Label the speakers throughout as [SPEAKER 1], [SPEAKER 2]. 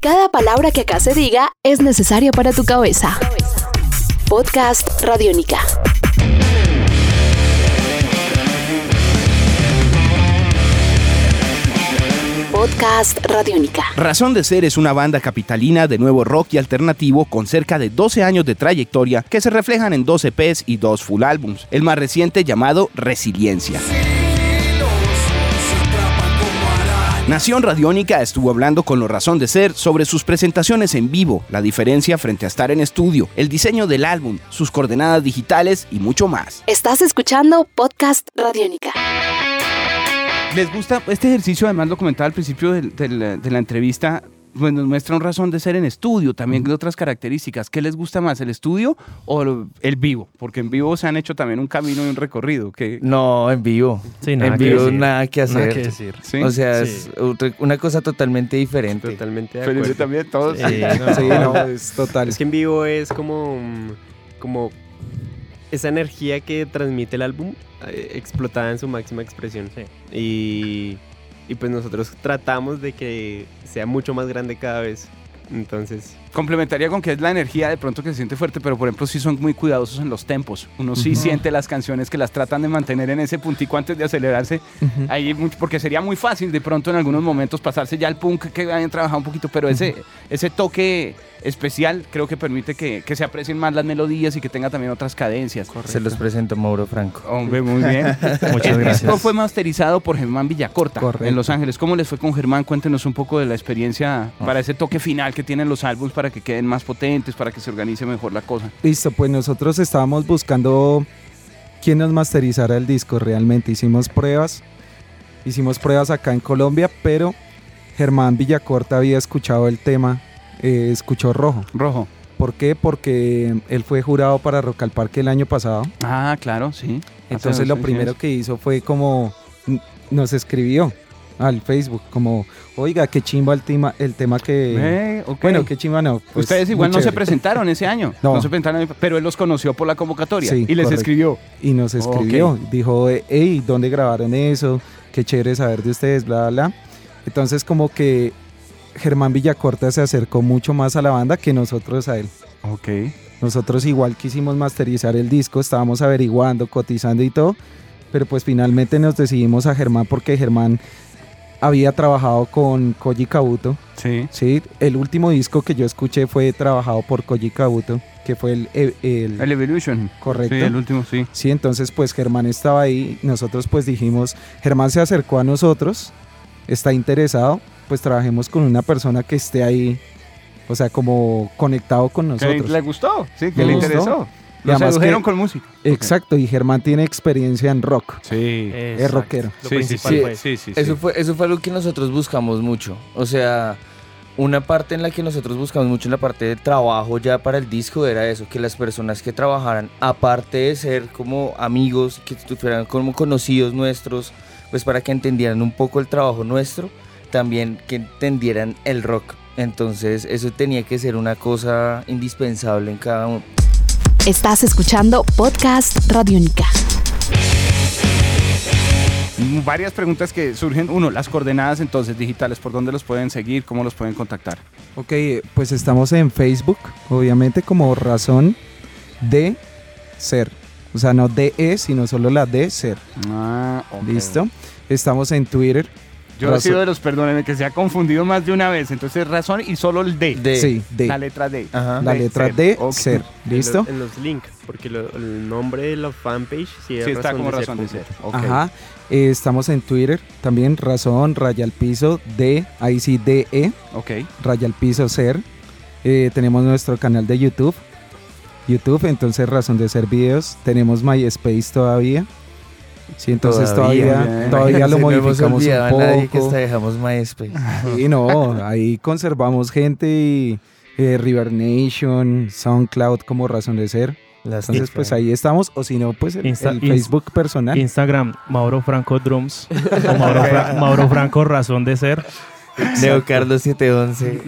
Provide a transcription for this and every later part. [SPEAKER 1] Cada palabra que acá se diga es necesaria para tu cabeza. Podcast Radiónica. Podcast Radiónica.
[SPEAKER 2] Razón de Ser es una banda capitalina de nuevo rock y alternativo con cerca de 12 años de trayectoria que se reflejan en 12 EPs y dos full álbums, el más reciente llamado Resiliencia. Nación Radiónica estuvo hablando con los Razón de Ser sobre sus presentaciones en vivo, la diferencia frente a estar en estudio, el diseño del álbum, sus coordenadas digitales y mucho más.
[SPEAKER 1] Estás escuchando Podcast Radiónica.
[SPEAKER 3] ¿Les gusta este ejercicio? Además, lo comentaba al principio del- del- de, la entrevista. pues, Nos muestra un razón de ser en estudio, también de otras características. ¿Qué les gusta más, el estudio o lo- el vivo? Porque en vivo se han hecho también un camino y un recorrido. Que,
[SPEAKER 4] No, en vivo.
[SPEAKER 5] Sí, nada
[SPEAKER 4] en
[SPEAKER 5] que
[SPEAKER 4] vivo
[SPEAKER 5] decir.
[SPEAKER 4] nada que hacer.
[SPEAKER 5] Nada que decir.
[SPEAKER 3] ¿sí?
[SPEAKER 4] O sea,
[SPEAKER 5] Sí.
[SPEAKER 4] es otra- una cosa totalmente diferente.
[SPEAKER 6] Totalmente de
[SPEAKER 3] Feliz
[SPEAKER 6] acuerdo.
[SPEAKER 3] también todos.
[SPEAKER 5] Sí, no.
[SPEAKER 6] pues, Sí, no,
[SPEAKER 4] es total.
[SPEAKER 6] Es que en vivo es como, mm, como esa energía que transmite el álbum eh, explotada en su máxima expresión. Y, y pues nosotros tratamos de que sea mucho más grande cada vez. Entonces,
[SPEAKER 3] Complementaría con que es la energía de pronto que se siente fuerte, pero por ejemplo sí son muy cuidadosos en los tempos. Uno sí siente las canciones que las tratan de mantener en ese puntico antes de acelerarse. Ahí mu- porque sería muy fácil de pronto en algunos momentos pasarse ya al punk que hayan trabajado un poquito, pero ese, ese toque especial creo que permite que, que se aprecien más las melodías y que tenga también otras cadencias.
[SPEAKER 4] Se los presento Mauro Franco.
[SPEAKER 3] Hombre, muy bien.
[SPEAKER 5] Muchas
[SPEAKER 3] El
[SPEAKER 5] gracias.
[SPEAKER 3] disco fue masterizado por Germán Villacorta
[SPEAKER 4] Correcto.
[SPEAKER 3] en Los Ángeles. ¿Cómo les fue con Germán? Cuéntenos un poco de la experiencia para ese toque final que tienen los álbumes para que queden más potentes, para que se organice mejor la cosa.
[SPEAKER 7] Listo, pues nosotros estábamos buscando quién nos masterizara el disco realmente. Hicimos pruebas, hicimos pruebas acá en Colombia, pero Germán Villacorta había escuchado el tema, eh, escuchó Rojo.
[SPEAKER 3] Rojo.
[SPEAKER 7] ¿Por qué? Porque él fue jurado para Rock al Parque el año pasado.
[SPEAKER 3] Ah, claro, sí.
[SPEAKER 7] Entonces lo primero que hizo fue como n- nos escribió al Facebook, como, oiga, qué chimba el tema, el tema que... Bueno, qué chimba no. pues,
[SPEAKER 3] Ustedes
[SPEAKER 7] muy
[SPEAKER 3] igual no se
[SPEAKER 7] chévere.
[SPEAKER 3] presentaron ese año. No.
[SPEAKER 7] No.
[SPEAKER 3] se presentaron, pero él los conoció por la convocatoria
[SPEAKER 7] Sí,
[SPEAKER 3] y les
[SPEAKER 7] correcto.
[SPEAKER 3] escribió.
[SPEAKER 7] y nos escribió. Dijo, "Eh, hey, ¿dónde grabaron eso? Qué chévere saber de ustedes, bla, bla, bla. Entonces como que Germán Villacorta se acercó mucho más a la banda que nosotros a él.
[SPEAKER 3] Ok.
[SPEAKER 7] Nosotros igual quisimos masterizar el disco, estábamos averiguando, cotizando y todo, pero pues finalmente nos decidimos a Germán porque Germán había trabajado con Koji Kabuto,
[SPEAKER 3] Sí.
[SPEAKER 7] ¿sí? El último disco que yo escuché fue trabajado por Koji Kabuto, que fue el... el- el-
[SPEAKER 3] El Evolution.
[SPEAKER 7] correcto.
[SPEAKER 3] Sí, el último, sí.
[SPEAKER 7] Sí, entonces pues Germán estaba ahí, nosotros pues dijimos, Germán se acercó a nosotros, está interesado, pues trabajemos con una persona que esté ahí, o sea, como conectado con
[SPEAKER 3] Que le-
[SPEAKER 7] nosotros.
[SPEAKER 3] le gustó, sí, que
[SPEAKER 7] Me
[SPEAKER 3] le
[SPEAKER 7] gustó.
[SPEAKER 3] interesó.
[SPEAKER 7] Y
[SPEAKER 3] Lo
[SPEAKER 7] además
[SPEAKER 3] sedujeron
[SPEAKER 7] que-
[SPEAKER 3] con música.
[SPEAKER 7] Exacto, y Germán tiene experiencia en rock,
[SPEAKER 3] Sí.
[SPEAKER 7] es rockero.
[SPEAKER 5] Lo
[SPEAKER 3] Sí, sí,
[SPEAKER 5] principal
[SPEAKER 3] sí,
[SPEAKER 5] fue
[SPEAKER 3] sí, sí, sí.
[SPEAKER 4] Eso fue, eso fue algo que nosotros buscamos mucho. O sea, una parte en la que nosotros buscamos mucho en la parte de trabajo ya para el disco era eso, que las personas que trabajaran, aparte de ser como amigos, que fueran como conocidos nuestros, pues para que entendieran un poco el trabajo nuestro, también que entendieran el rock. Entonces eso tenía que ser una cosa indispensable en cada uno.
[SPEAKER 1] Estás escuchando Podcast Radiónica.
[SPEAKER 3] Mm, Varias preguntas que surgen. Uno, las coordenadas entonces digitales, ¿por dónde los pueden seguir? ¿Cómo los pueden contactar?
[SPEAKER 7] Ok, pues estamos en Facebook, obviamente como razón de ser. O sea, no DE, E, sino solo la de ser.
[SPEAKER 3] Ah,
[SPEAKER 7] ¿Listo? Estamos en Twitter.
[SPEAKER 3] Yo he
[SPEAKER 7] Razón-
[SPEAKER 3] sido de los, perdónenme, que se ha confundido más de una vez. Entonces, razón y solo el D.
[SPEAKER 4] De-
[SPEAKER 7] Sí, D.
[SPEAKER 3] La letra D.
[SPEAKER 4] Ajá.
[SPEAKER 7] La
[SPEAKER 3] de
[SPEAKER 7] letra
[SPEAKER 3] ser,
[SPEAKER 7] de
[SPEAKER 3] ok.
[SPEAKER 7] ser.
[SPEAKER 6] en los-
[SPEAKER 7] ¿Listo?
[SPEAKER 6] En los, links, porque lo- el nombre de la fanpage sí, es
[SPEAKER 3] Sí, está como razón de
[SPEAKER 6] ser.
[SPEAKER 3] ser. Ok.
[SPEAKER 7] Ajá. Eh, estamos en Twitter también, razón, raya al piso, D, ahí sí, DE,
[SPEAKER 3] Ok.
[SPEAKER 7] raya al piso, ser. Eh, tenemos nuestro canal de YouTube, YouTube, entonces razón de ser videos. Tenemos MySpace todavía. Sí, entonces
[SPEAKER 4] Todavía,
[SPEAKER 7] todavía,
[SPEAKER 3] bien.
[SPEAKER 7] todavía, lo
[SPEAKER 4] Sí, no hemos
[SPEAKER 7] modificamos
[SPEAKER 4] olvidado
[SPEAKER 7] un
[SPEAKER 4] a nadie que
[SPEAKER 7] poco.
[SPEAKER 4] hasta dejamos MySpace.
[SPEAKER 7] Y no, ahí conservamos gente y eh, River Nation, SoundCloud como razón de ser.
[SPEAKER 4] Las
[SPEAKER 7] Entonces, pues ahí estamos. O si no, pues el,
[SPEAKER 5] Insta-
[SPEAKER 7] el
[SPEAKER 5] ins-
[SPEAKER 7] Facebook personal.
[SPEAKER 5] Instagram, Mauro Franco Drums. o Mauro, Fra- Mauro Franco Razón de Ser.
[SPEAKER 4] Leo Carlos 711.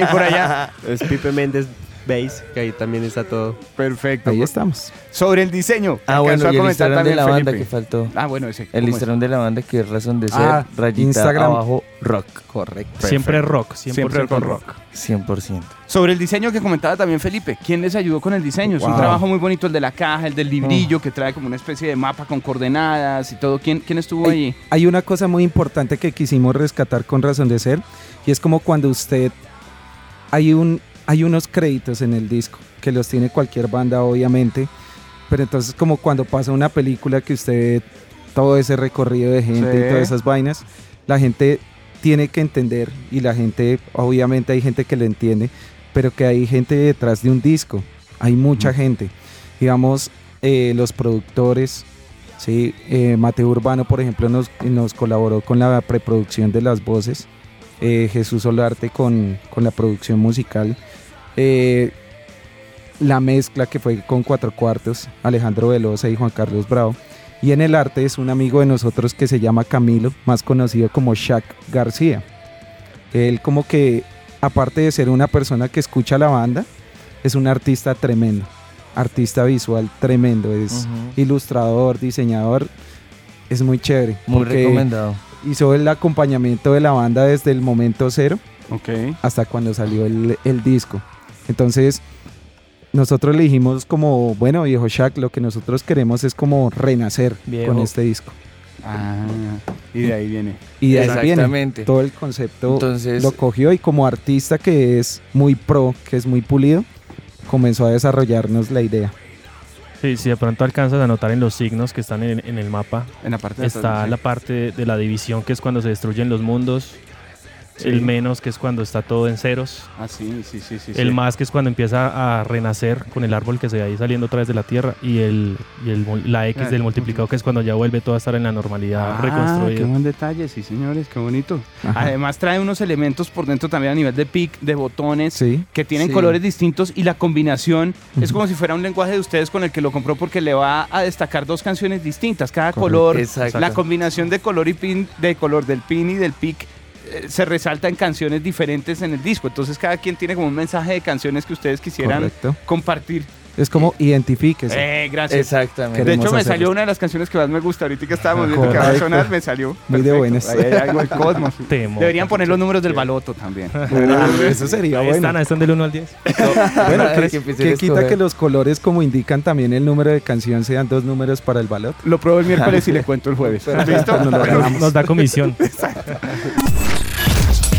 [SPEAKER 3] Y por allá,
[SPEAKER 6] Es Pipe Méndez Base, que ahí también está todo.
[SPEAKER 3] Perfecto.
[SPEAKER 7] Ahí estamos.
[SPEAKER 3] Sobre el diseño. que
[SPEAKER 4] Ah,
[SPEAKER 3] alcanzó
[SPEAKER 4] bueno,
[SPEAKER 3] a
[SPEAKER 4] y el
[SPEAKER 3] comentar
[SPEAKER 4] Instagram de
[SPEAKER 3] también
[SPEAKER 4] la banda
[SPEAKER 3] Felipe.
[SPEAKER 4] que faltó.
[SPEAKER 3] Ah, bueno, ese. ¿cómo
[SPEAKER 4] El
[SPEAKER 3] es?
[SPEAKER 4] Instagram de la banda que es razón de ser,
[SPEAKER 7] Ah,
[SPEAKER 4] rayita
[SPEAKER 7] Instagram.
[SPEAKER 4] abajo, rock.
[SPEAKER 5] Correcto. Siempre rock, 100%
[SPEAKER 3] Siempre con rock.
[SPEAKER 4] 100%.
[SPEAKER 3] Sobre el diseño que comentaba también Felipe, ¿quién les ayudó con el diseño? Es un
[SPEAKER 7] Wow.
[SPEAKER 3] trabajo muy bonito el de la caja, el del librillo que trae como una especie de mapa con coordenadas y todo. ¿Quién, quién estuvo allí?
[SPEAKER 7] Hay una cosa muy importante que quisimos rescatar con razón de ser y es como cuando usted hay un hay unos créditos en el disco que los tiene cualquier banda obviamente, pero entonces como cuando pasa una película que usted ve todo ese recorrido de gente
[SPEAKER 3] Sí.
[SPEAKER 7] y todas esas vainas, la gente tiene que entender y la gente obviamente hay gente que lo entiende, pero que hay gente detrás de un disco, hay mucha gente. Digamos eh, los productores Sí, eh, Mateo Urbano, por ejemplo, nos, nos colaboró con la preproducción de las voces, eh, Jesús Solarte con, con la producción musical, eh, la mezcla que fue con Cuatro Cuartos, Alejandro Velosa y Juan Carlos Bravo. Y en el arte es un amigo de nosotros que se llama Camilo, más conocido como Shaq García. Él como que, aparte de ser una persona que escucha la banda, es un artista tremendo, artista visual tremendo, es
[SPEAKER 4] Ujú.
[SPEAKER 7] ilustrador, diseñador. Es muy chévere.
[SPEAKER 4] Muy
[SPEAKER 7] porque
[SPEAKER 4] recomendado.
[SPEAKER 7] Hizo el acompañamiento de la banda desde el momento cero
[SPEAKER 3] Ok.
[SPEAKER 7] hasta cuando salió el, el disco. Entonces, nosotros le dijimos como, bueno, viejo Shaq, lo que nosotros queremos es como renacer
[SPEAKER 6] Viejo.
[SPEAKER 7] con este disco.
[SPEAKER 3] Ah, y de ahí viene.
[SPEAKER 7] Y de ahí viene
[SPEAKER 4] Exactamente.
[SPEAKER 7] todo el concepto.
[SPEAKER 4] Entonces,
[SPEAKER 7] lo cogió y como artista que es muy pro, que es muy pulido, comenzó a desarrollarnos la idea.
[SPEAKER 5] Sí, si de pronto alcanzas a notar en los signos que están en, en el mapa,
[SPEAKER 3] En la parte de
[SPEAKER 5] está
[SPEAKER 3] atrás,
[SPEAKER 5] la
[SPEAKER 3] ¿no?
[SPEAKER 5] parte de, de la división, que es cuando se destruyen los mundos. El menos, que es cuando está todo en ceros.
[SPEAKER 3] Ah, sí, sí, sí, sí.
[SPEAKER 5] el
[SPEAKER 3] sí.
[SPEAKER 5] más, que es cuando empieza a renacer con el árbol que se ve ahí saliendo otra vez de la tierra. Y, el, y el mul- la X
[SPEAKER 3] Ah,
[SPEAKER 5] del multiplicado, que es cuando ya vuelve todo a estar en la normalidad
[SPEAKER 3] Ah, qué
[SPEAKER 5] reconstruido.
[SPEAKER 3] buen detalle, sí, señores, qué bonito.
[SPEAKER 7] Ajá.
[SPEAKER 3] Además trae unos elementos por dentro también a nivel de pick, de botones,
[SPEAKER 7] Sí.
[SPEAKER 3] que tienen
[SPEAKER 7] Sí.
[SPEAKER 3] colores distintos y la combinación es
[SPEAKER 7] Ujú.
[SPEAKER 3] como si fuera un lenguaje de ustedes con el que lo compró porque le va a destacar dos canciones distintas, cada
[SPEAKER 7] Correcto.
[SPEAKER 3] color,
[SPEAKER 4] Exacto.
[SPEAKER 3] la combinación de color y pin, de color del pin y del pick eh, se resalta en canciones diferentes en el disco, entonces cada quien tiene como un mensaje de canciones que ustedes quisieran
[SPEAKER 7] Correcto.
[SPEAKER 3] compartir.
[SPEAKER 7] Es como identifíquese.
[SPEAKER 3] Eh, gracias.
[SPEAKER 4] Exactamente.
[SPEAKER 3] De hecho, me
[SPEAKER 7] hacer
[SPEAKER 3] salió
[SPEAKER 7] esto.
[SPEAKER 3] una de las canciones que más me gusta ahorita que estábamos viendo que va a
[SPEAKER 7] Correcto.
[SPEAKER 3] sonar, me salió.
[SPEAKER 7] Muy de
[SPEAKER 3] Perfecto.
[SPEAKER 7] buenas.
[SPEAKER 3] Ahí hay algo del cosmos.
[SPEAKER 5] Temo.
[SPEAKER 3] Deberían poner los números del baloto también.
[SPEAKER 7] Eso sería
[SPEAKER 5] Ahí
[SPEAKER 7] bueno.
[SPEAKER 5] están, ahí están del 1 al 10.
[SPEAKER 7] Bueno,
[SPEAKER 4] Ay,
[SPEAKER 7] ¿qué,
[SPEAKER 4] qué difícil
[SPEAKER 7] qué
[SPEAKER 4] escoger.
[SPEAKER 7] quita que los colores como indican también el número de canción sean dos números para el balot?
[SPEAKER 3] Lo pruebo el miércoles y le cuento el jueves. ¿Listo?
[SPEAKER 7] Nos lo ganamos.
[SPEAKER 5] Nos da comisión.